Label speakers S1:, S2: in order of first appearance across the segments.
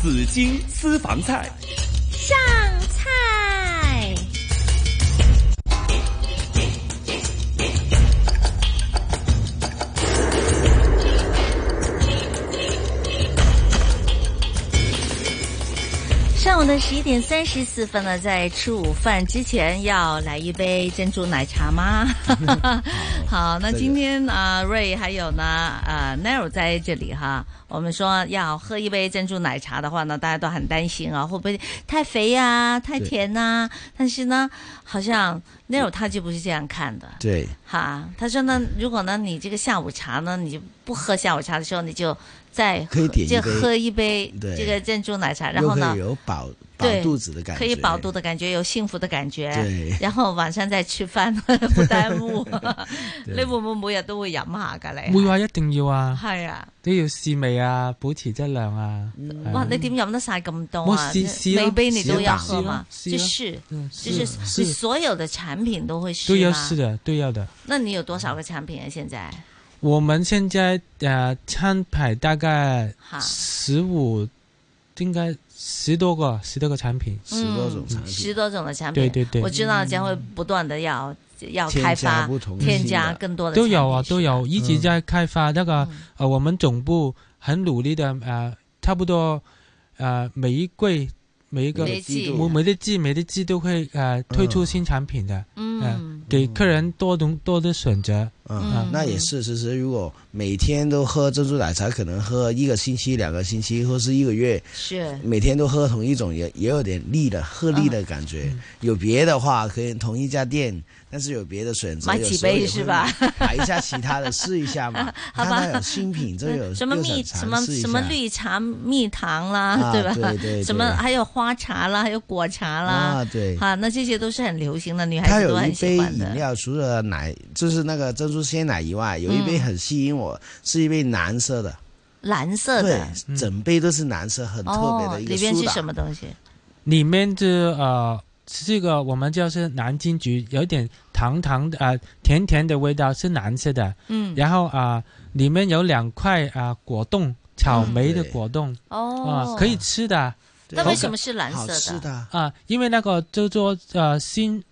S1: 紫荆私房菜。
S2: 上菜。上午的十一点三十四分呢，在吃午饭之前要来一杯珍珠奶茶吗？好，那今天啊、呃瑞还有呢，呃，Nero 在这里哈。我们说要喝一杯珍珠奶茶的话呢，大家都很担心啊，会不会太肥呀、太甜呐、但是呢，好像 Nero 他就不是这样看的。
S3: 对，
S2: 哈，他说呢，如果呢你这个下午茶呢，你就不喝下午茶的时候，你就再喝
S3: 可以点一
S2: 就
S3: 杯
S2: 喝一杯
S3: 对
S2: 这个珍珠奶茶，然
S3: 又
S2: 后
S3: 可
S2: 呢
S3: 以有饱饱
S2: 对
S3: 肚子的感觉，
S2: 可以饱肚的感觉，有幸福的感觉。
S3: 对
S2: 然後晚上再吃飯不耽誤。
S3: 對
S2: 你會唔會每日都會飲下㗎？你
S4: 會話一定要啊，
S2: 係啊，
S4: 都要試味啊，保持質量啊。
S3: 嗯
S4: 係啊
S2: 哇！你點飲得晒咁多
S4: 我
S2: 啊？
S4: 試試啦
S2: 每杯你都要
S4: 試啦
S2: 喝嘛？
S4: 試
S2: 就
S4: 啦
S2: 是
S4: 嗯
S2: 就是
S4: 是
S2: 你所有的產品都會試
S4: 都要
S2: 嗎
S4: 试的，都要的。
S2: 那你有多少個產品啊？現在
S4: 我们现在呃餐牌大概
S2: 哈
S4: 十五，应该十多个，十多个产品。
S3: 十多种产品，
S2: 嗯十多種的產品，
S4: 对对对
S2: 我知道將會不斷的要要
S3: 添
S2: 開
S3: 加
S2: 發
S3: 不同
S2: 添
S3: 性
S2: 加
S3: 的
S2: 更多的
S4: 都有啊，
S2: 產品
S4: 都有，一直在开发。那个
S2: 嗯
S4: 呃，我们总部很努力的呃，差不多呃每一季每一个
S2: 每一季啊
S4: 每每一季每一季都会呃推出新产品的，
S2: 嗯
S4: 给客人多种多的选择。
S2: 嗯
S3: 嗯，那也是。其实，如果每天都喝珍珠奶茶，可能喝一个星期、两个星期，或是一个月，
S2: 是。
S3: 每天都喝同一种，也也有点腻的，喝腻
S2: 嗯
S3: 的感觉。有别的话，可以同一家店，但是有别的选择，
S2: 买
S3: 有
S2: 几
S3: 时候
S2: 杯
S3: 也会
S2: 是吧
S3: 买？买一下其他的试一下嘛，
S2: 好
S3: 看
S2: 吧
S3: 到有新品，这有
S2: 什么
S3: 又想
S2: 蜜
S3: 尝
S2: 什么
S3: 试一
S2: 什么
S3: 下
S2: 绿茶蜜糖啦，
S3: 啊
S2: 吧？
S3: 对 对
S2: 什么
S3: 对
S2: 还有花茶啦，还有果茶啦，
S3: 啊，对。
S2: 啊，那这些都是很流行的，女
S3: 它
S2: 孩子都
S3: 有一
S2: 很
S3: 杯
S2: 喜欢
S3: 饮
S2: 的。
S3: 料，除了奶，就是那个珍珠鲜奶以外，有一
S2: 嗯
S3: 杯很吸引我，是一杯蓝色的，
S2: 蓝色的，嗯
S3: 对，整杯都是蓝色，很特别
S2: 哦
S3: 的，一个
S2: 里边
S3: 苏
S2: 是
S3: 打
S2: 什么东西？
S4: 里面这呃这个我们叫是南京橘，有一点糖糖的呃甜甜的味道，是蓝色的。
S2: 嗯，
S4: 然后啊、里面有两块啊、果冻，草莓
S3: 嗯
S4: 的果冻啊、
S2: 哦，
S4: 可以。吃的啊、啊
S3: 对
S2: 那为
S3: 好
S2: 什么是蓝
S3: 好
S2: 色
S3: 吃
S2: 的？
S3: 的？啊
S4: 因为那个就做呃新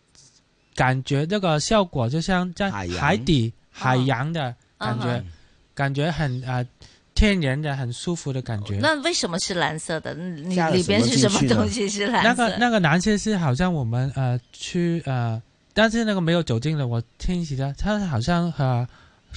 S4: 感觉那个效果，就像在
S3: 海洋
S4: 海底海
S2: 哦
S4: 洋的感觉，
S3: 嗯
S4: 感觉很啊、天然的很舒服的感觉。
S2: 嗯那为什么是蓝色的？你
S3: 加了
S2: 里边是什
S3: 什
S2: 么
S3: 么进去呢
S2: 东西是蓝
S4: 那
S2: 色
S4: 个？那个蓝色是好像我们呃去呃，但是那个没有酒精的，我听一下，它好像呃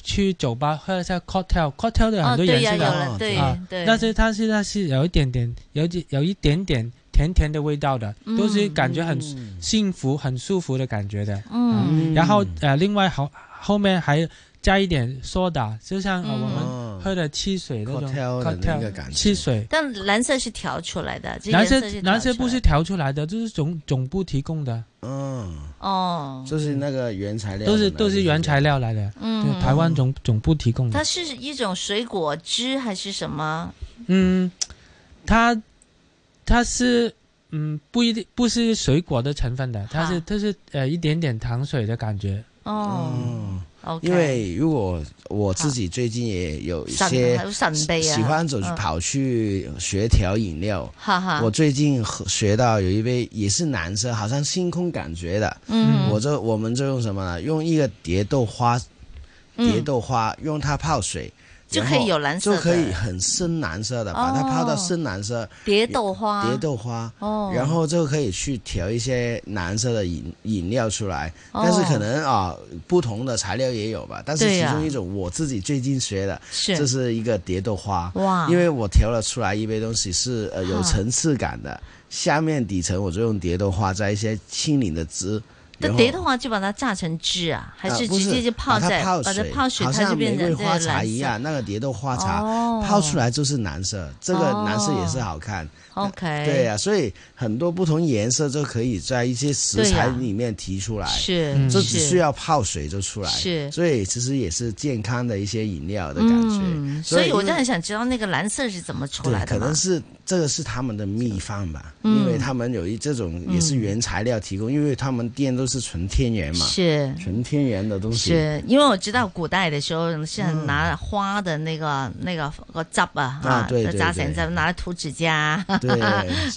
S4: 去酒吧喝一下 cocktail，cocktail 的
S2: 哦，
S4: 很多
S2: 对
S4: 颜
S2: 呀，
S4: 色
S2: 有
S4: 的，
S2: 了，对
S4: 啊
S2: 对。
S4: 但是它是它是有一点点有一有一点点甜甜的味道的，
S2: 嗯
S4: 都是感觉很
S3: 嗯
S4: 幸福、很舒服的感觉的。
S2: 嗯
S4: 然后呃，另外好后面还加一点苏打，就像、呃、
S2: 嗯
S4: 我们
S3: 哦
S4: 喝的汽水那种
S3: cocktail 的那个感觉
S4: 汽水。
S2: 但蓝色是调出来的，这
S4: 蓝
S2: 颜
S4: 色
S2: 是
S4: 蓝
S2: 调
S4: 色
S2: 出
S4: 不
S2: 来
S4: 是
S2: 的
S4: 调出来的，就是总总部提供的，
S3: 嗯，
S2: 哦，
S3: 就是那个原材料的
S4: 都
S3: 那个，
S4: 是都是原材料来的，
S2: 嗯
S4: 对，，台湾总总部提供
S2: 它
S4: 的。
S2: 是一种水果汁还是什么？
S4: 嗯，它它是嗯不一定不是水果的成分的，它是
S2: 好
S4: 它是呃一点点糖水的 感觉。
S2: 哦
S3: 嗯。
S2: ，OK，
S3: 因为如果我自己最近也有一
S2: 神
S3: 些
S2: 好神秘啊，
S3: 喜欢走去
S2: 嗯，
S3: 跑去学调饮料，
S2: 哈哈，
S3: 我最近喝学到有一杯也是蓝色，好像星空感觉的，
S2: 嗯，
S3: 我就我们就用什么呢？用一个蝶豆花，
S2: 嗯
S3: 蝶豆花用它泡水。
S2: 就
S3: 然
S2: 可以
S3: 后
S2: 有蓝色
S3: 就可以
S2: 的
S3: 很深蓝色的，把它泡到
S2: 哦
S3: 深蓝色
S2: 蝶豆花，
S3: 蝶豆花，
S2: 哦，
S3: 然后就可以去调一些蓝色的饮饮料出来。
S2: 哦
S3: 但是可能啊，不同的材料也有吧。但是
S2: 对
S3: 其
S2: 呀
S3: 中一种我自己最近学的，
S2: 哦是
S3: 这是一个蝶豆花。
S2: 哇，
S3: 因为我调了出来一杯东西是呃有
S2: 哈
S3: 层次感的，下面底层我就用蝶豆花加一些清理的汁。
S2: 那
S3: 然后
S2: 蝶豆花就把它榨成汁啊，还
S3: 啊
S2: 是
S3: 不
S2: 直接就泡在
S3: 把
S2: 把它
S3: 它水，
S2: 泡水，
S3: 好
S2: 它就
S3: 像玫
S2: 变成
S3: 瑰
S2: 这个
S3: 花茶
S2: 蓝
S3: 一
S2: 色
S3: 样，那个蝶豆花茶、
S2: 哦
S3: 泡出来就是蓝色，这个蓝色也是好看。
S2: 哦，OK，
S3: 对呀、所以很多不同颜色就可以在一些食
S2: 对
S3: 材
S2: 呀
S3: 里面提出来，
S2: 哎是，
S4: 嗯
S3: 就是只需要泡水就出来。
S2: 是
S3: 所以其实也是健康的一些饮料的感觉。
S2: 嗯，所以
S3: 因
S2: 我
S3: 为
S2: 就很想知道那个蓝色是怎么出
S3: 对
S2: 来的
S3: 可
S2: 嘛
S3: 能，是这个是他们的秘方吧，
S2: 嗯
S3: 因为他们有一这种也是原材料提供，因为他们店都是纯天然嘛，
S2: 是
S3: 纯天然的东西。嗯
S2: 是因为我知道古代的时候是拿花的那个、那个个汁啊，
S3: 啊对对
S2: 扎成
S3: 对
S2: 汁，拿来涂指甲，
S3: 对，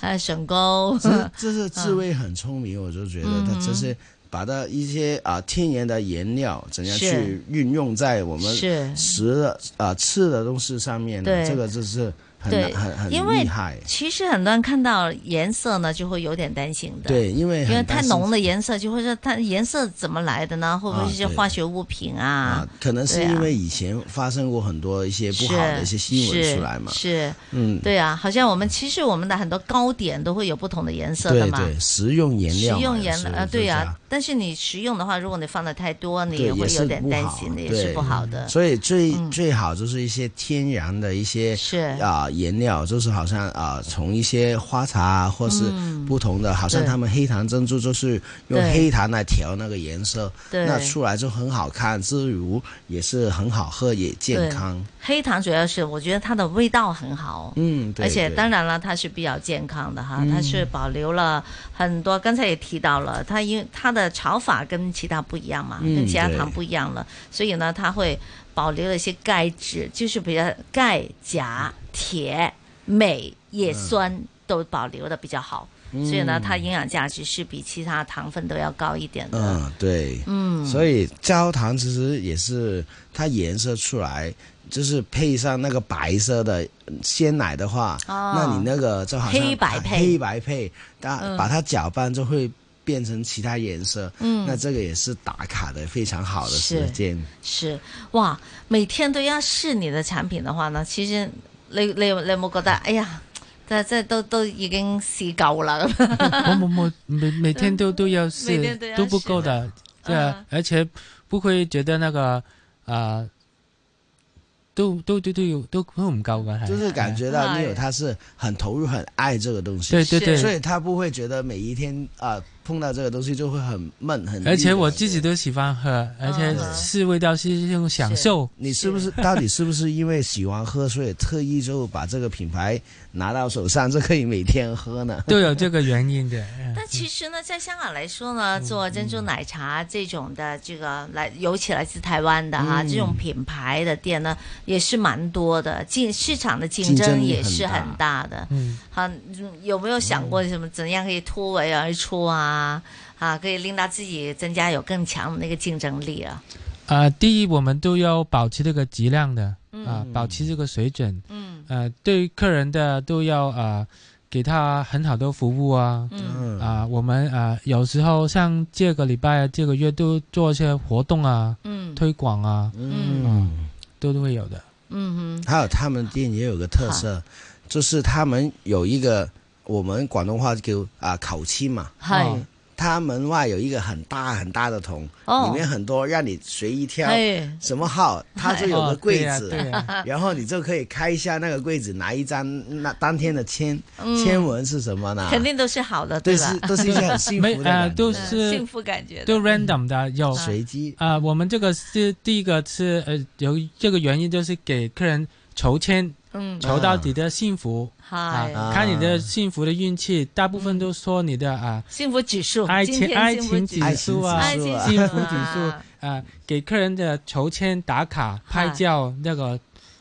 S2: 呃，笋糕，
S3: 这这是智慧很聪明，我就觉
S2: 嗯
S3: 得他这是把它一些啊天然的原料怎样
S2: 是
S3: 去运用在我们
S2: 是
S3: 食的啊吃的东西上面的，
S2: 对
S3: 这个就是很
S2: 对
S3: 很很
S2: 因为
S3: 厉害。
S2: 其实很多人看到颜色呢，就会有点担心的。。
S3: 对，因为
S2: 因为
S3: 哎很
S2: 太
S3: 担心
S2: 浓的颜色就会说它颜色怎么来的呢？会不会
S3: 啊
S2: 是些
S3: 对
S2: 化学物品
S3: 啊
S2: 啊？，
S3: 可能是
S2: 对啊
S3: 因为以前发生过很多一些不
S2: 是
S3: 好的一些新闻出来嘛，
S2: 是，是
S3: 嗯，
S2: 对啊，好像我们其实我们的很多糕点都会有不同的颜色的
S3: 对
S2: 嘛。
S3: 对，食用原
S2: 食
S3: 料嘛，
S2: 用
S3: 有
S2: 颜
S3: 时
S2: 料
S3: 候
S2: 啊，
S3: 就
S2: 对
S3: 这
S2: 呀
S3: 样，
S2: 但是你食用的话，如果你放的太多，你
S3: 对
S2: 也会
S3: 也是
S2: 有点
S3: 不
S2: 担
S3: 好
S2: 心的，也
S3: 对嗯
S2: 是不好的。
S3: 所以最、最好就是一些天然的一些
S2: 嗯是
S3: 啊、原料，就是好像啊、从一些花茶啊或是不同的，好像
S2: 对
S3: 他们黑糖珍珠就是
S2: 嗯
S3: 用
S2: 对
S3: 黑糖来调那个颜色，
S2: 对
S3: 那出来就很好看，之余也是很好喝，也健
S2: 对
S3: 康。
S2: 黑糖主要是我觉得它的味道很好，
S3: 嗯，对
S2: 而且
S3: 对嗯
S2: 当然了，它是比较健康的哈，它是保留了很多。刚才也提到了，它因为它的炒法跟其他不一样嘛，
S3: 嗯
S2: 跟其他糖
S3: 对
S2: 不一样了，所以呢，它会保留了一些钙质，就是比较钙、钾、铁、镁、
S3: 嗯
S2: 叶酸都保留的比较好，所以呢，它营养价值是比其他糖分都要高一点的。
S3: 嗯，对，嗯，所以焦糖其实也是它颜色出来，就是配上那个白色的鲜奶的话，
S2: 哦
S3: 那你那个就好像
S2: 黑白配嗯
S3: 黑白配，它、把它搅拌就会变成其他颜色，嗯，那这个也是打卡的非常好的时间，
S2: 是哇，每天都要试你的產品嘅話呢，其實你你你有冇覺得哎呀，即係即係都都已經試夠啦咁 樣？
S4: 我我我每每天都都要
S2: 每天
S4: 试
S2: 都要，
S4: 都不够 的，对啊
S2: 嗯，
S4: 而且不会觉得那个啊，都都都都有都都唔够嘅，係
S3: 就是感觉到
S2: 哎
S3: 你有他是很投入、很爱这个东西，
S4: 对对
S2: 是
S4: 对，
S3: 所以他不会觉得每一天啊、碰到这个东西就会很闷很腻的感觉。
S4: 而且我自己都喜欢喝，而且
S2: 嗯
S4: 是味道是一种享受。
S3: 你是不是到底是不是因为喜欢喝，所以特意就把这个品牌拿到手上，就可以每天喝呢？
S4: 都有这个原因的，嗯
S2: 但其实呢，在香港来说呢，做珍珠奶茶这种的这个来，尤其来自台湾的哈、这种品牌的店呢，也是蛮多的，竞市场的竞
S3: 竞争
S2: 争
S3: 力
S2: 也
S3: 很
S2: 是很大嗯的。
S4: 嗯，
S2: 好，嗯有没有想过什么怎样可以突围而出啊？啊，可以令到自己增加有更强的那个竞争力啊？
S4: 啊、第一我们都要保持这个质量的，啊、保持这个水准，
S2: 嗯
S4: 呃，对客人的都要啊、给他很好的服务啊，
S2: 嗯
S3: 嗯
S4: 啊、我们啊、有时候像这个礼拜、啊这个月都做一些活动啊、
S2: 嗯
S4: 推广啊，
S2: 嗯
S3: 嗯，
S4: 都都会有的。
S2: 嗯
S3: 还有他们店也有个特色，就是他们有一个我们广东话叫啊烤漆嘛，
S2: 哼，系
S4: 哦
S3: 他门外有一个很大很大的桶，
S2: 哦哎
S3: 里面很多让你随意挑。
S2: 系
S3: 什么号，它就有
S4: 哦
S3: 个柜
S4: 对呀
S3: 子，
S4: 对 呀
S3: 然后你就可以开一下那个柜子，拿一张那当天的签，签文啊是什么呢？
S2: 嗯肯定都是好的，
S3: 对，
S2: 吧
S3: 是？都是一些很幸
S4: 没
S3: 福的
S4: 啊、
S3: 感觉
S4: 都
S2: 嗯幸
S4: 是
S2: 福感觉的，
S4: 都 random 的，有
S2: 哎
S3: 随机
S4: 啊、我们这个是第一个是呃，有这个原因就是给客人筹签，
S2: 嗯，
S4: 筹到你的幸福。
S2: 嗨，
S4: 啊，看你的幸福的运气，大部分都说你的啊
S2: 幸福指数，
S4: 爱
S2: 嗯今
S4: 情
S2: 天
S4: 爱
S2: 幸福
S4: 情
S2: 指
S4: 指数啊，
S2: 爱
S3: 爱
S2: 情
S3: 情
S2: 指数
S3: 指数
S2: 啊
S3: 啊
S4: 幸福指数啊，给客人的筹签打卡、拍照那个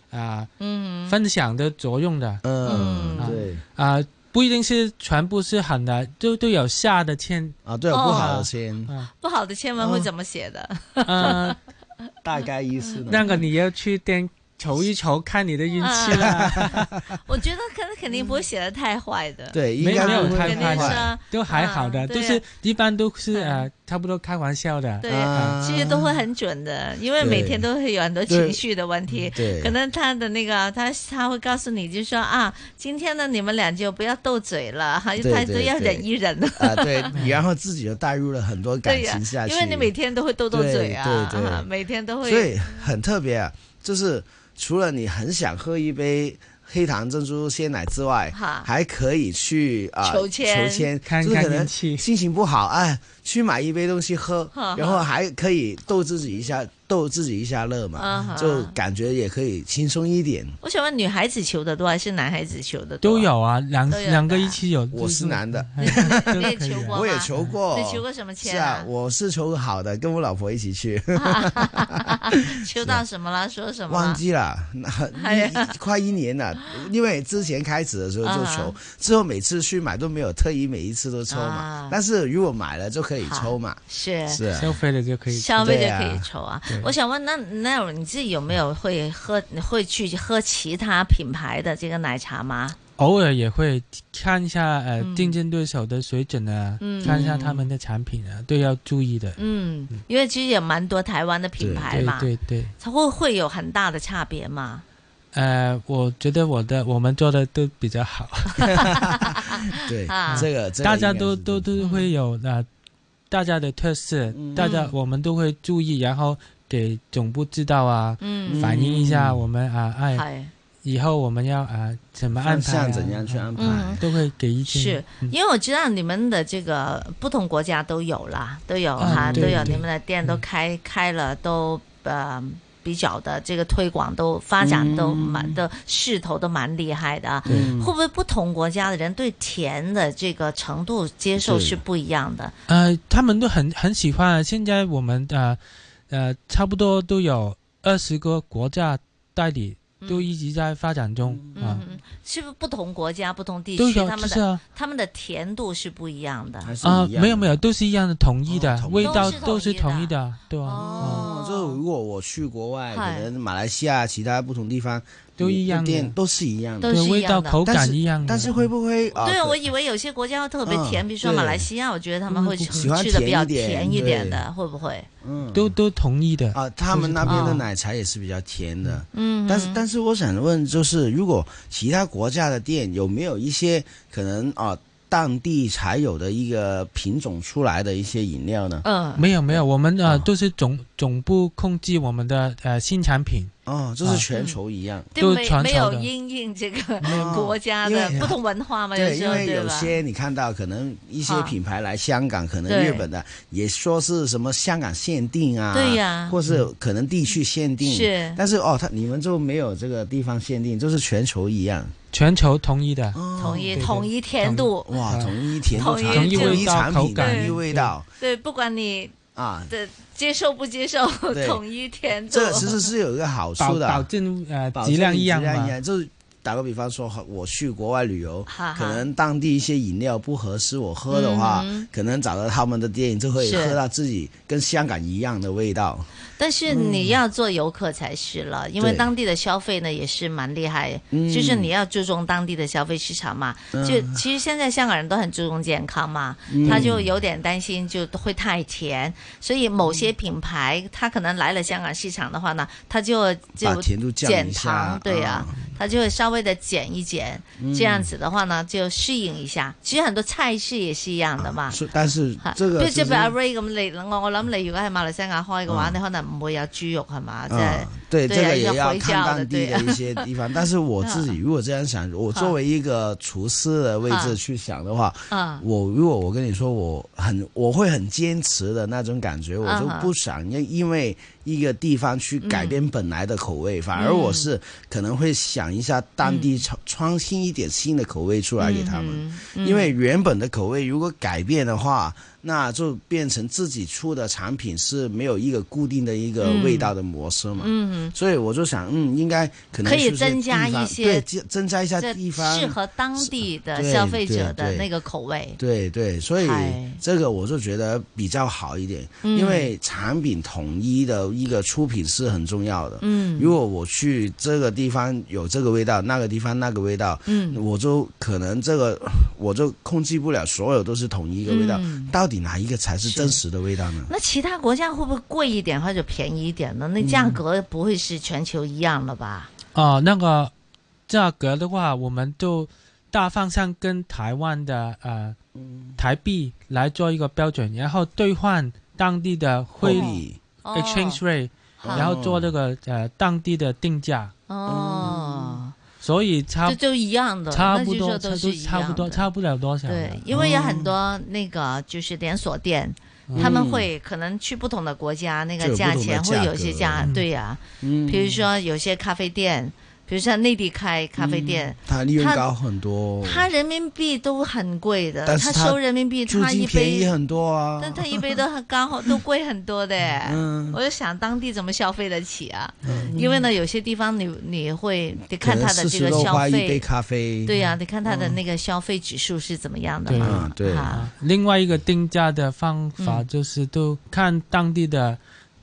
S4: 啊
S2: 啊嗯
S4: 分享的作用的
S3: 嗯
S2: 嗯，
S3: 对
S4: 啊，不一定是全部是狠的，都都有下的签，
S3: 啊，对，不
S2: 哦
S3: 好的先，
S2: 不好的签文
S4: 哦
S2: 会怎么写的？
S4: 嗯，
S3: 大概意思呢
S4: 那个你要去店筹一筹，看你的运气
S2: 啊
S4: 啦，
S2: 我觉得肯肯定不会写的太坏的，
S3: 对，应
S4: 没
S3: 该
S4: 没有
S3: 不会
S4: 太
S2: 肯定
S4: 坏
S2: 是
S4: 的，
S2: 啊，
S4: 都还好的，都是一般都是呃差不多开玩笑的，
S2: 对
S3: 啊，
S2: 其实都会很准的，因为
S3: 对
S2: 每天都会有很多情绪的问题。
S3: 对
S2: 可能他的那个他他会告诉你，就说啊，今天呢你们俩就不要斗嘴了，哈，
S3: 对
S2: 他都
S3: 对
S2: 要
S3: 对
S2: 忍一忍
S3: 啊，对， 然后自己就带入了很多感
S2: 对呀
S3: 情下，去，
S2: 因为你每天都会斗斗嘴啊，
S3: 对对对
S2: 啊每天都
S3: 所
S2: 会，
S3: 以很特别啊，就是除了你很想喝一杯黑糖珍珠鲜奶之外
S2: 哈，
S3: 还可以去啊
S2: 求签
S3: 签，
S4: 看
S3: 就是
S4: 看
S3: 可能
S4: 运气
S3: 心情不好，哎，去买一杯东西喝，然后还可以逗自己一下，逗自己一下乐
S2: 啊
S3: 嘛
S2: 哈，
S3: 就感觉也可以轻松一点。
S2: 我想问，女孩子求的多还是男孩子求的多？
S4: 都。有啊，两
S2: 都有的
S4: 两个一起有。哎
S3: 我是男的，
S2: 你
S4: 啊
S2: 也求过吗？
S3: 我也求过，
S2: 你求过什么
S3: 是
S2: 签
S3: 啊，？我是求好的，跟我老婆一起去，
S2: 求到什么了？说什么啊哎
S3: 忘
S2: 了？
S3: 记了，那一快一年了，因为之前开始的时候就
S2: 啊
S3: 抽，之后每次去买都没有特意每一次都抽
S2: 啊
S3: 嘛，但是如果买了就可以抽嘛，
S2: 是
S3: 是啊
S4: 消费了就可以。
S2: 消费
S3: 对
S2: 就
S3: 啊
S2: 可以抽啊。我想问，那那你自己有没有会喝会去喝其他品牌的这个奶茶吗？
S4: 偶尔也会看一下呃、
S2: 嗯
S4: 竞争对手的水准啊，
S2: 嗯
S4: 看一下他们的产品
S3: 嗯
S4: 啊，都要注意的。
S2: 嗯，因为其实有蛮多台湾的品牌
S4: 对
S2: 嘛，
S4: 对对，
S2: 它会会有很大的差别嘛。
S4: 呃，我觉得我的我们做的都比较好，
S3: 对
S2: 啊，
S3: 这个 这个
S4: 大家
S3: 应该
S4: 都
S3: 是
S4: 都都会有呃大家的特色，
S3: 嗯
S4: 大家
S2: 嗯
S4: 我们都会注意，然后给总部知道啊，
S2: 嗯，
S4: 反映一下我们啊，哎、
S2: 系。
S4: 以后我们要啊怎么安
S3: 方
S4: 排、啊，
S3: 向怎样去安排，
S2: 嗯
S4: 都会给意见。
S2: 是因为我知道你们的这个不同国家都有啦，都有
S4: 啊
S2: 哈，都
S4: 对
S2: 有
S4: 对嗯
S2: 你们的店都开开了，都呃比较的这个推广都发展
S4: 嗯
S2: 都蛮的势头都蛮厉害的啊。
S4: 对
S2: 会不会不同国家的人对甜的这个程度接受
S3: 对
S2: 是不一样的？
S4: 呃，他们都很很喜欢啊。现在我们呃呃，差不多都有二十个国家代理都一直在发展中、
S2: 嗯
S4: 啊，
S2: 嗯，是不是不同国家、不同地
S4: 都
S2: 区
S4: 有
S2: 他
S4: 就
S2: 们
S4: 是
S2: 的
S4: 啊
S2: 他们的甜度是不一样的？
S3: 还是
S4: 啊
S3: 一样的
S4: 没有没有，都是一样的，统一的、
S3: 哦统一
S4: 味
S3: 的
S4: 道
S2: 都
S4: 都
S2: 是
S4: 是
S2: 统
S4: 统
S2: 一
S4: 一
S2: 的
S4: 的，对啊，
S3: 哦，就如果我去国外，
S2: 嗨
S3: 可能马来西亚其他不同地方
S4: 都一样的
S3: 店都是一样的
S2: 都，是
S4: 对，
S2: 一
S4: 味
S2: 样
S4: 道
S2: 的
S4: 口
S3: 但
S4: 感
S3: 是
S4: 一样的。
S3: 但是会不会啊？
S2: 对啊，
S3: 可
S2: 我以为有些国家特别甜，
S3: 嗯
S2: 比如说马来西亚，我觉得他们会
S4: 嗯
S2: 吃吃的比较甜一点
S3: 喜
S2: 的，会不会？
S3: 嗯
S4: 都都统一的，
S3: 啊，他们那边的奶茶也是比较甜的，
S2: 嗯，
S3: 但是但是我想问，就是如果其他国家的店有没有一些可能啊当地才有的一个品种出来的一些饮料呢？
S2: 嗯，
S4: 没有没有，我们呃
S3: 啊
S4: 都是总总部控制我们的呃新产品，
S3: 哦，就是
S4: 啊
S3: 全球一样，
S2: 就
S4: 都
S2: 没
S4: 传
S2: 没有
S4: 承的
S2: 因应这个
S3: 哦
S2: 国家
S3: 因
S2: 的
S3: 为
S2: 不同文化嘛，
S3: 对，
S2: 时
S3: 因
S2: 候
S3: 为
S2: 对
S3: 有
S2: 吧？
S3: 些你看到，可能一些
S2: 啊
S3: 品牌来香港，可能
S2: 对
S3: 日本的也说是什么香港限定啊，
S2: 对呀
S3: 或是可能地区限定，
S2: 是
S3: 但是哦，他你们就没有这个地方限定，就是全球一样，
S4: 全球统一的。
S3: 嗯
S2: 统一
S4: 对对
S2: 统一甜度，
S3: 哇，
S4: 啊
S3: 统一甜度
S2: 统一
S3: 产
S2: 统
S3: 品，
S2: 一
S3: 统
S4: 味
S3: 一
S4: 道
S3: 产
S4: 口
S3: 品，
S4: 感
S3: 统一味道
S2: 对，不管你
S3: 啊，
S2: 的接受不接受，
S3: 对
S2: 统一甜度。
S3: 这其实是有一个好
S4: 保
S3: 处
S4: 保
S3: 的，啊
S4: 证呃
S3: 保
S4: 质量
S3: 证
S4: 一样
S3: 质量
S4: 嘛
S3: 一，样，就是。打个比方说，我去国外旅游
S2: 哈哈，
S3: 可能当地一些饮料不合适我喝的话，
S2: 嗯
S3: 可能找到他们的店就会
S2: 是
S3: 喝到自己跟香港一样的味道。
S2: 但是你要做游客才是了，因为
S3: 嗯对
S2: 当地的消费呢也是蛮厉害，
S3: 嗯
S2: 就是你要注重当地的消费市场嘛。就其实现在香港人都很注重健康嘛，
S3: 嗯
S2: 他就有点担心就会太甜，所以某些品牌他可能来了香港市场的话呢，他就就
S3: 把甜度降
S2: 减
S3: 一
S2: 糖
S3: 下，，啊
S2: 对呀、他就会稍微的减一减，
S3: 嗯
S2: 这样子的话呢就适应一下。其实很多菜式也是一样的嘛。
S3: 是，但是
S2: 嚇
S3: 这
S2: 不
S3: 个
S2: 如即
S3: 其嗯
S2: 係
S3: 實
S2: 譬如阿 Ray 咁，你我我諗你如果喺馬來西亞開嘅話，你可能唔會有豬肉係嘛？即係
S3: 嗯，对
S2: 对
S3: 这
S2: 啊
S3: 个
S2: 要
S3: 也要
S2: 回
S3: 看
S2: 教的
S3: 当地
S2: 对啊
S3: 的一些地方。但是我自 己如果这样想，我作为一个厨师的位
S2: 啊
S3: 置去想的话，
S2: 啊
S3: 我如果我跟你说我很我会很坚持的那种感觉，我
S2: 啊
S3: 就
S2: 哈
S3: 不想要因为一个地方去改变本来的口
S2: 嗯
S3: 味，反而我是可能会想一下当地创创新一点新的口味出来给他们，
S2: 嗯
S3: 因为原本的口味如果改变的话，那就变成自己出的产品是没有一个固定的一个味道的模式嘛。
S2: 嗯，
S3: 所以我就想，嗯，应该可能
S2: 可以
S3: 是不是
S2: 增加
S3: 地方
S2: 一些
S3: 对增增加一下
S2: 这
S3: 地方
S2: 適合當地的
S3: 对
S2: 消費者的
S3: 对对
S2: 那個口味。
S3: 对对，所以
S2: 嗨嗯
S3: 这个我就觉得比较好一点，因为产品统一的一个出品是很重要的。
S2: 嗯
S3: 如果我去这个地方有这个味道，那个地方那个味道，
S2: 嗯，
S3: 我就可能这个 我就控制不了，所有都是统一一个味道，
S2: 嗯
S3: 到底哪一个才是
S2: 是
S3: 真实的味道呢？
S2: 那其他國家會不會貴一點或者便宜一點呢？那價格不會是全球一樣了吧？
S4: 哦，那个价格的话，我们就大方向跟台湾的呃台币来做一个标准，然后兑换当地的汇
S3: 会
S4: 率
S3: 比
S4: exchange rate，、
S2: 哦
S4: 然后做那个呃当地的定价，
S2: 哦，
S4: 所以差
S2: 就就一樣的，
S4: 差
S2: 那
S4: 不
S2: 就说
S4: 多差
S2: 都
S4: 都
S2: 是一
S4: 差不
S2: 樣
S4: 多
S2: 的。
S3: 哦
S4: 差不了多少的。
S2: 对，因为有很多那个就是连锁店，他们会可能去不同的国家，那个价钱
S3: 就
S2: 会
S3: 嗯有不同的价格
S2: 有一些价，
S4: 嗯
S2: 对呀、
S3: 嗯
S2: 比如说有些咖啡店，比如像内地开咖啡店，
S3: 它利润
S2: 它
S3: 高很多，
S2: 它人民币都很贵的，
S3: 嗯但是
S2: 他
S3: 它
S2: 收人民币，
S3: 租
S2: 他
S3: 金
S2: 一
S3: 便宜
S2: 杯，
S3: 很多啊。
S2: 但他一杯都很高，都贵很多的。
S3: 嗯，
S2: 我就想当地怎么消费得起啊？
S3: 嗯
S2: 因为呢，有些地方你你会得
S3: 可
S2: 看
S3: 能
S2: 他的
S3: 四
S2: 这
S3: 十
S2: 个
S3: 多
S2: 消
S3: 花一杯
S2: 费，
S3: 咖啡，
S2: 对呀、你看他的那个消费指数是怎么样的
S4: 对
S2: 嘛？
S3: 嗯对
S2: 哈
S4: 啊，另外一个定价的方法
S2: 嗯
S4: 就是都看当地的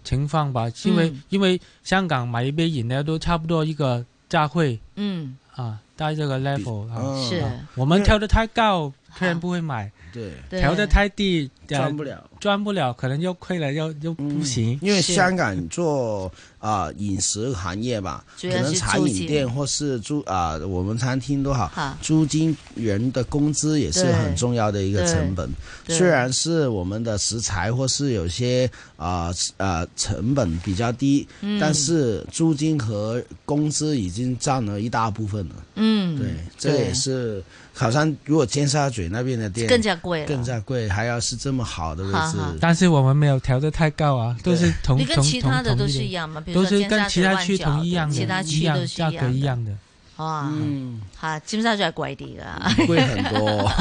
S4: 情况吧，因为
S2: 嗯
S4: 因为香港买一杯饮料都差不多一个价位
S2: 嗯，
S4: 啊，到这个 level 啊，
S3: 嗯
S2: 是
S4: 啊我们调的太高，客人不会买；
S3: 对，
S2: 啊对
S4: 调的太低，
S2: 啊
S4: 呃
S3: 赚不了。嗯
S4: 赚不了，可能又亏了，又又不行。
S3: 因为
S2: 是
S3: 香港做啊、呃饮食行业吧，
S2: 主
S3: 可
S2: 要是
S3: 能茶
S2: 租
S3: 饮
S2: 金
S3: 店或是租啊、我们餐厅都好，
S2: 哈，
S3: 租金人的工资也是
S2: 对
S3: 很重要的一个成本。
S2: 对
S3: 虽然是我们的食材或是有些啊呃成本比较低，
S2: 嗯
S3: 但是租金和工资已经占了一大部分了。
S2: 嗯，
S3: 对，这也是好像如果尖沙咀那边的店
S2: 更加贵了，
S3: 更加贵，还要是这么好的位置。
S2: 哈哈
S4: 但是我们没有调的太高啊，都是同
S2: 你
S4: 同
S2: 跟
S4: 同
S2: 其他的
S4: 同
S2: 都
S4: 一
S2: 是
S4: 点
S2: 一样吗？比如
S4: 都
S2: 说
S4: 是
S2: 尖
S4: 跟
S2: 沙
S4: 其
S2: 咀、
S4: 他
S2: 湾
S4: 区同
S2: 角
S4: 一样的，
S2: 其他
S4: 一
S2: 区
S4: 样
S2: 都是
S4: 价格一
S2: 样的。
S4: 样的。
S2: 哇，
S3: 嗯，
S2: 好，尖沙咀係貴啲噶，
S3: 贵很 多，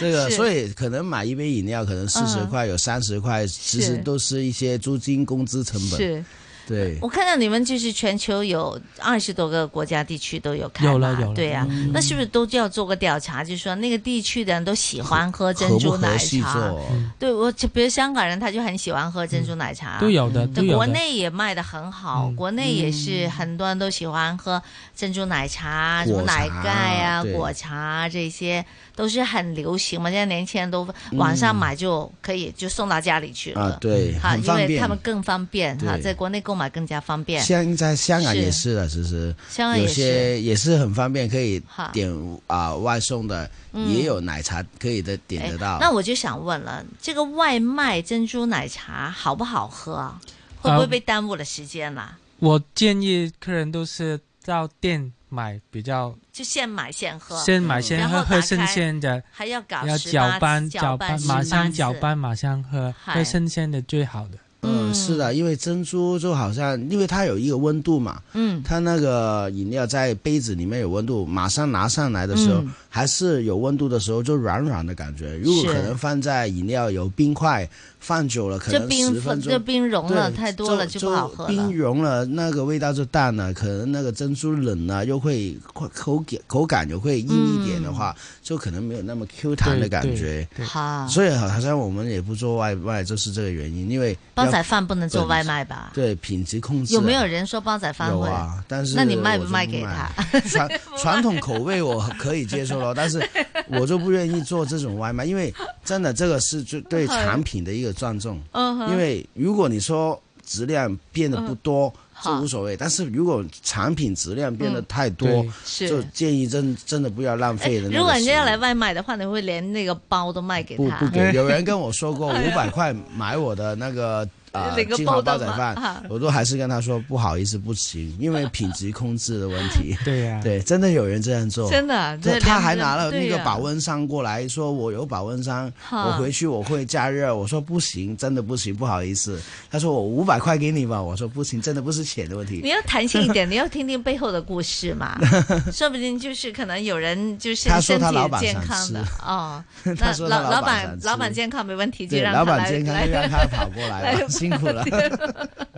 S3: 这个
S2: 是
S3: 所以可能买一杯饮料可能四十
S2: 嗯
S3: 块，有三十块，其实都是一些租金、工资成本。
S2: 是
S3: 对，
S2: 我看到你们就是全球有二十多个国家地区都有开嘛，
S4: 有了有了
S2: 对呀、
S3: 嗯
S2: 那是不是都要做个调查，就说那个地区的人都喜欢喝珍
S3: 合不
S2: 珠
S3: 合
S2: 奶
S3: 适
S2: 茶？
S3: 做？
S2: 对我，就比如香港人他就很喜欢喝珍珠奶茶，
S3: 嗯
S4: 都嗯有的，都
S2: 但
S4: 有
S2: 啊嗯国
S4: 的。
S2: 内也卖的很好，
S4: 嗯
S2: 国内也是很多人都喜欢喝珍珠奶茶、什么
S3: 果茶
S2: 奶盖啊、
S3: 对
S2: 果茶啊这些都是很流行嘛。现在年轻人都网上买就可以，就送到家里去了。
S3: 啊，对，
S2: 哈，
S3: 很
S2: 嗯因
S3: 方
S2: 为
S3: 便
S2: 他。们更方便哈，
S3: 对
S2: 在国内购买更加方便。
S3: 现在香港
S2: 是
S3: 也是的，其实
S2: 香港
S3: 有
S2: 也是，
S3: 些也是很方便，可以
S2: 哈
S3: 点啊外送的，
S2: 嗯哎
S3: 也有啊奶茶可以的点得到。
S2: 那我就想问了，这个外卖珍珠奶茶好不好喝啊？会不会
S4: 呃
S2: 被耽误了时间啊啦？
S4: 我建议客人都是到店买比较，
S2: 就现买现喝，
S4: 先买先
S2: 嗯然后
S4: 喝，
S2: 打开
S4: 喝新鲜的，
S2: 还要搞
S4: 要
S2: 18
S4: 搅拌
S2: 搅
S4: 搅
S2: 拌
S4: 拌，
S2: 18
S4: 马上
S2: 次
S4: 搅拌马上喝，
S2: 嗨
S4: 喝新鲜的最好的。
S3: 嗯，是的，因为珍珠就好像，因为它有一个温度嘛，
S2: 嗯，
S3: 它那个饮料在杯子里面有温度，马上拿上来的时候、
S2: 嗯
S3: 还是有温度的时候，就软软的感觉。如果
S2: 是
S3: 可能放在饮料有冰块，放久了可
S2: 这
S3: 能
S2: 冰
S3: 十分
S2: 分
S3: 钟
S2: 这冰融了
S3: 对
S2: 太多了
S3: 就
S2: 不好喝了
S3: 冰。融了，那个味道就淡了，可能那个珍珠冷了又会口口感口感又会硬一点的
S2: 嗯
S3: 话，就可能没有那么 Q 弹的感觉。
S4: 对
S2: 好，
S3: 所以好像我们也不做外卖，就是这个原因，因为
S2: 煲
S3: 要
S2: 仔饭不能做外卖吧？
S3: 对品质控制
S2: 有没
S3: 啊
S2: 有人说煲仔饭
S3: 有
S2: 会？
S3: 啊，但是
S2: 那你卖
S3: 我
S2: 不
S3: 就
S2: 卖
S3: 不
S2: 给他？
S3: 传传统口味我可以 接受了，但是我就不愿意做这种外卖，因为真的这个是就对产品的一个尊重。
S2: 嗯哼
S3: 因为如果你说质量变得不多，就
S2: 嗯好。
S3: 无所谓；但是如果产品质量变得太多
S4: 对，
S3: 就是建议真真的不要浪费的那个食物。
S2: 哎如果人家要来外卖的话，你会连那个包都卖给
S3: 不
S2: 他
S3: 不？给，有人跟我说过五百块买我的那个。啊、
S2: 那个
S3: 金
S2: 包
S3: 华
S2: 的
S3: 煲仔
S2: 吗 啊
S3: 饭，我都还是跟他说不好意思，不行，因为品质控制的 问题。
S4: 对呀，
S3: 对，真的有人这样做。
S2: 真的啊，
S3: 他
S2: 这
S3: 他
S2: 两
S3: 还
S2: 个
S3: 拿了那
S2: 对
S3: 个
S2: 呀
S3: 保温箱过来说：“我有保温箱，
S2: 哈
S3: 我回去我会加热。”我说：“不行，真的不行，不好意思。”他说：“我五百块给你吧。”我说：“不行，真的不是钱的问
S2: 你
S3: 题。
S2: 要弹性一 点，你要听听背后的故事嘛，说不定就是可能有人就是
S3: 他说
S2: 身
S3: 他老
S2: 体
S3: 板
S2: 健
S3: 想
S2: 康的
S3: 吃
S2: 哦，”
S3: 他
S2: 那
S3: 说他
S2: 老老
S3: 板
S2: 老板
S3: 想吃
S2: 健康没问题，就
S3: 对，
S2: 让
S3: 老
S2: 他
S3: 板
S2: 来
S3: 健康
S2: 来
S3: 就让他跑过来
S2: 来
S3: 吧，辛苦了。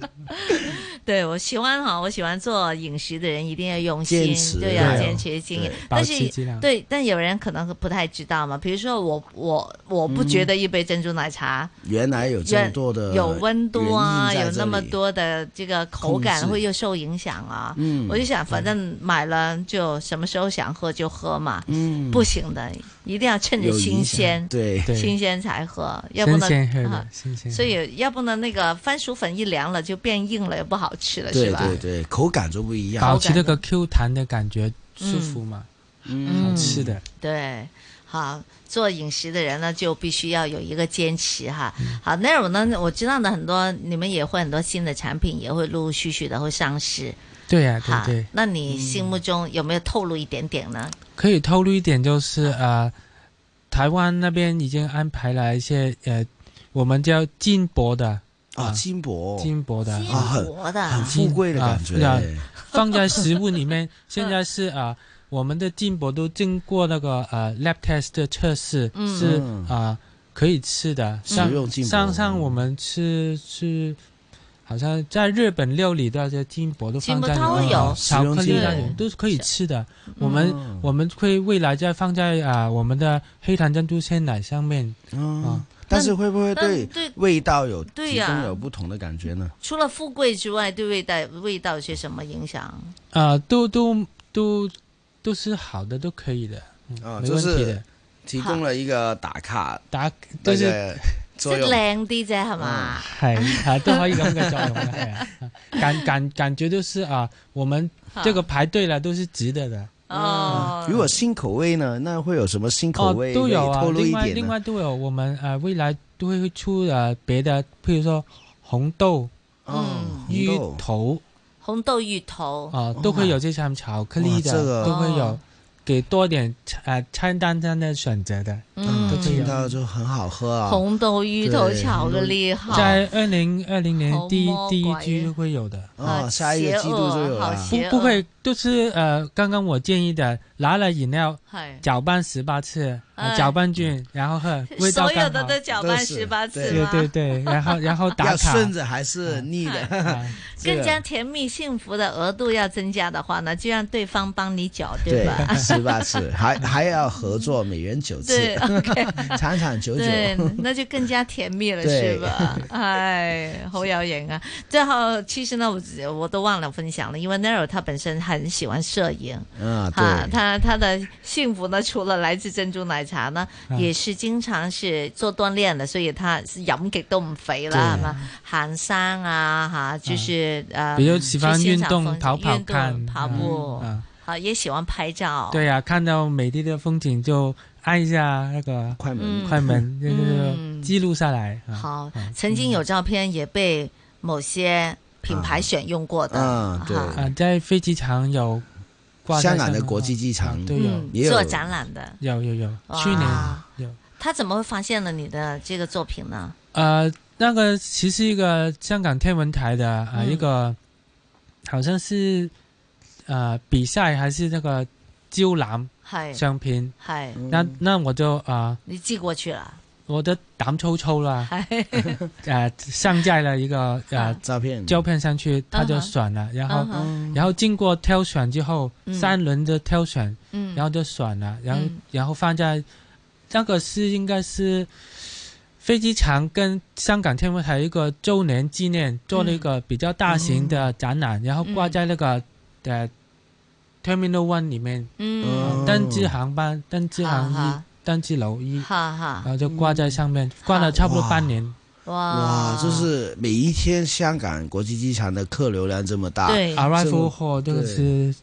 S2: 对我喜欢哈，我喜欢做饮食的人一定要用心
S3: 坚，持
S2: 对，要
S4: 对
S2: 坚持经营
S3: 对。
S2: 但
S4: 保
S2: 是
S4: 持质量
S2: 对，但有人可能不太知道嘛。比如说我我我
S3: 嗯
S2: 不觉得一杯珍珠奶茶
S3: 原来有这么多的
S2: 有温度啊，
S3: 呃原因
S2: 有
S3: 在这
S2: 那
S3: 里
S2: 么，多的这个口感
S3: 控制
S2: 会又受影响啊。
S3: 嗯
S2: 我就想，反正买了就什么时候想喝就喝嘛，
S3: 嗯，
S2: 不行的，一定要趁着
S3: 有
S2: 新
S3: 影响
S2: 鲜，
S3: 对，
S2: 新
S4: 对，
S2: 鲜才喝，要不
S4: 新
S2: 然
S4: 鲜喝
S2: 啊
S4: 的，新鲜喝。
S2: 所以要不然那个番薯粉一凉了就变硬了，也不好吃了，
S3: 对
S2: 是吧？
S3: 对对，口感就不一样。
S4: 保持那个 Q 弹的感觉，舒服嘛，
S3: 嗯
S4: 好吃的。
S2: 对，好，做饮食的人呢，就必须要有一个坚持哈。
S4: 嗯
S2: 好，那我呢，我知道的很多，你们也会很多新的产品，也会陆陆续续的会上市
S4: 对呀，对
S2: 哈。
S4: 对，
S2: 那你心目中有没有透露一点点呢？
S4: 可以透露一点，就是呃，台湾那边已经安排了一些呃，我们叫金箔的
S3: 啊，
S4: 啊
S3: 金箔
S4: 金箔的，
S2: 金
S3: 啊很
S2: 箔的，
S3: 很富贵的感
S4: 金啊
S3: 觉
S4: 对，放在食物 里面。现在是啊、我们的金箔都经过那个呃 lab test 的测试，
S2: 嗯
S4: 是
S3: 嗯
S4: 啊、可以吃的。
S3: 食
S4: 像
S3: 用金箔
S4: 上上我们吃吃，好像在日本料理的这金箔都放在里
S2: 金箔都
S4: 面，
S2: 有
S4: 啊巧克力
S2: 食
S4: 啊嗯那
S2: 用金
S4: 种
S2: 箔
S4: 都是可以吃的。
S2: 嗯
S4: 我们、
S3: 嗯
S4: 我们会未来再放在啊、我们的黑糖珍珠鲜奶上面
S3: 嗯
S4: 啊，
S3: 但是会不会
S2: 但
S3: 对
S2: 对
S3: 味道有
S2: 对
S3: 提
S2: 呀
S3: 供有不同的感觉呢？
S2: 除了富贵之外，对味道味道有些什么影响？
S4: 啊、都都都都是好的，都可以的，
S3: 啊，
S4: 嗯没
S3: 就
S4: 问题
S3: 是
S4: 的。
S3: 提供了一个打卡
S4: 打
S3: 那
S4: 就是
S3: 个
S2: 即
S3: 作用。
S2: 靓啲啫，係嘛？
S4: 系 啊，都可以咁嘅作用嘅，系啊，感感感觉都是啊，我们这个嗯排队了都是值得
S3: 啊
S4: 的
S2: 哦，
S3: 如果新口味呢，那会有什么新口
S4: 哦
S3: 味？，
S4: 都有啊
S3: 可以，透露一
S4: 另外
S3: 点
S4: 另
S3: 呢？
S4: 外都有，我们呃未来都会出呃别的，譬如说红豆、
S3: 哦，
S2: 嗯
S4: 芋
S3: 红豆
S4: 头
S2: 紅豆芋头，
S4: 啊，都会有这种巧克力
S3: 哇这
S4: 的，
S3: 个
S4: 都会有
S2: 哦，
S4: 给多点呃餐单上的选择的，
S3: 啊
S2: 嗯，
S4: 都可以
S3: 听到就很好喝啊。
S2: 紅嗯豆芋头
S3: 对
S2: 巧克力，好
S4: 在二零二零年第一
S2: 好魔
S4: 第一
S2: 鬼
S4: 季就会有的。
S3: 哦，下一个季度就有
S2: 好啊
S3: 了。
S2: 邪
S4: 不
S2: 恶
S4: 不会，都是呃，刚刚我建议的，拿了饮料
S2: 係
S4: 搅拌十八次，呃
S2: 哎
S4: 搅拌菌，然后喝，味道
S2: 所有
S4: 刚
S2: 的
S4: 好。
S2: 都搅拌
S3: 都是
S2: 十八次
S4: 对
S2: 吗？
S4: 对对，然后然 后打
S3: 要
S4: 卡，
S3: 顺着还是逆 的？
S4: 啊
S3: 这
S2: 更
S3: 个
S2: 加甜蜜幸福的额度要增加的话呢，就让对方帮你搅，
S3: 对
S2: 吧？，
S3: 十八次，还还要合作每人九
S2: 对
S3: 次，长长久久。
S2: 对， 那就更加甜蜜了，
S3: 对
S2: 是 吧？哎，好有型啊！最后，其实呢，我我都忘了分享了，因为 Nero 他本身很喜欢摄影，哈，
S3: 啊，对，
S2: 他他的幸福呢，除了来自珍珠奶茶呢，
S4: 啊
S2: 也是经常是做锻炼的，所以他是饮极都唔肥啦，系嘛？行山啊，哈，就是呃，
S4: 比如喜欢
S2: 去
S4: 运
S2: 欣赏风
S4: 动，
S2: 景
S4: 跑跑
S2: 运动
S4: 看，
S2: 跑
S4: 啊
S2: 步
S4: 啊，
S2: 好，也喜欢拍照，
S4: 对呀，看到美丽的风景就按一下那个
S3: 快门
S2: 嗯
S4: 快门，就是
S2: 嗯
S4: 记录下来。啊，
S2: 好，曾经有照片也被某些品牌选用过的，
S3: 啊
S2: 哈
S3: 对
S4: 啊，在飞机场有挂在
S3: 香港
S4: 上
S3: 的
S4: 面
S3: 国际
S4: 啊
S3: 机场
S4: 啊都有
S2: 嗯
S3: 也，有
S2: 做展览的，
S4: 有有有，
S2: 哇
S4: 去年有。
S2: 他怎么会发现了你的这个作品呢？
S4: 呃，那个其实是一个香港天文台的啊、呃
S2: 嗯
S4: 一个，好像是呃比赛还是那个招揽
S2: 嗨
S4: 相片，
S2: 嗨，
S3: 嗯
S4: 那那我就啊、呃
S2: 你寄过去了，
S4: 我的胆粗 粗啦，
S2: 嗨，
S4: 呃上架了一个 呃
S2: 啊
S3: 照片，
S4: 胶片上去，他就
S2: 嗯哼
S4: 选了，然后
S2: 嗯。哼
S4: 然后经过挑选之后，
S2: 嗯
S4: 三轮的挑选，
S2: 嗯，
S4: 然后就选了，然后、
S2: 嗯
S4: 然后放在那个是应该是飞机场跟香港天文台一个周年纪念做了一个比较大型的展览，然后挂在那个、呃 Terminal One 里面，
S2: 嗯，
S4: 登机航班、登机航
S2: 哈
S4: 一、登机楼呃一，啊
S2: 哈嗯哈
S4: 然，后就挂在上面，挂了差不多半年。
S2: 哇啊
S3: 哇，就是每一天香港国际机场的客流量这么大，
S2: 对，
S4: Arrival Hall 这个是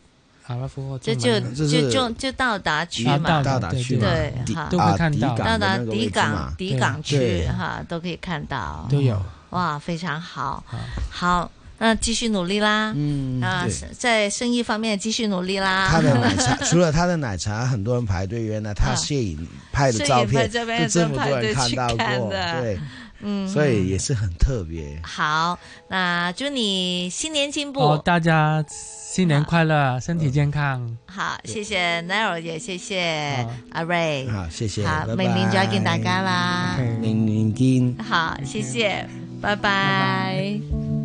S4: Arrival Hall，
S2: 这
S4: 中
S2: 就
S4: 文的
S3: 这
S2: 就是就就到达区
S4: 啊
S2: 嘛，
S3: 到达区嘛
S2: 对，
S3: 抵
S2: 哈
S4: 都会
S3: 啊
S4: 看
S3: 抵
S4: 到
S3: 港
S2: 到
S3: 的
S2: 达
S3: 那个
S2: 抵
S3: 位置
S2: 港
S3: 嘛，
S2: 抵港区
S3: 对
S2: 哈都可以看到，
S4: 都有。
S2: 哇，非常好
S4: 啊，
S2: 好，那继续努力啦，
S3: 嗯，
S2: 啊
S3: 对。，
S2: 在生意方面继续努力啦。
S3: 他的 奶茶， 除了他的奶茶，很多人排队。原来他
S2: 啊
S3: 摄影拍的
S2: 摄
S3: 照
S2: 影拍
S3: 片，
S2: 照片
S3: 就这么多
S2: 真排
S3: 人
S2: 队去
S3: 到
S2: 看
S3: 过，
S2: 的
S3: 对，
S2: 嗯，
S3: 所以也是很特别。
S2: 好，那祝你新年进步。
S4: 哦，大家新年快乐，身体健康。
S2: 好，谢谢 Nero，也谢谢
S4: 好
S2: 阿 Ray。
S3: 好，谢谢，
S2: 嗯好，
S3: 拜
S2: 明年再見大家啦。
S4: OK
S3: 明年见。
S2: 好，谢谢，拜拜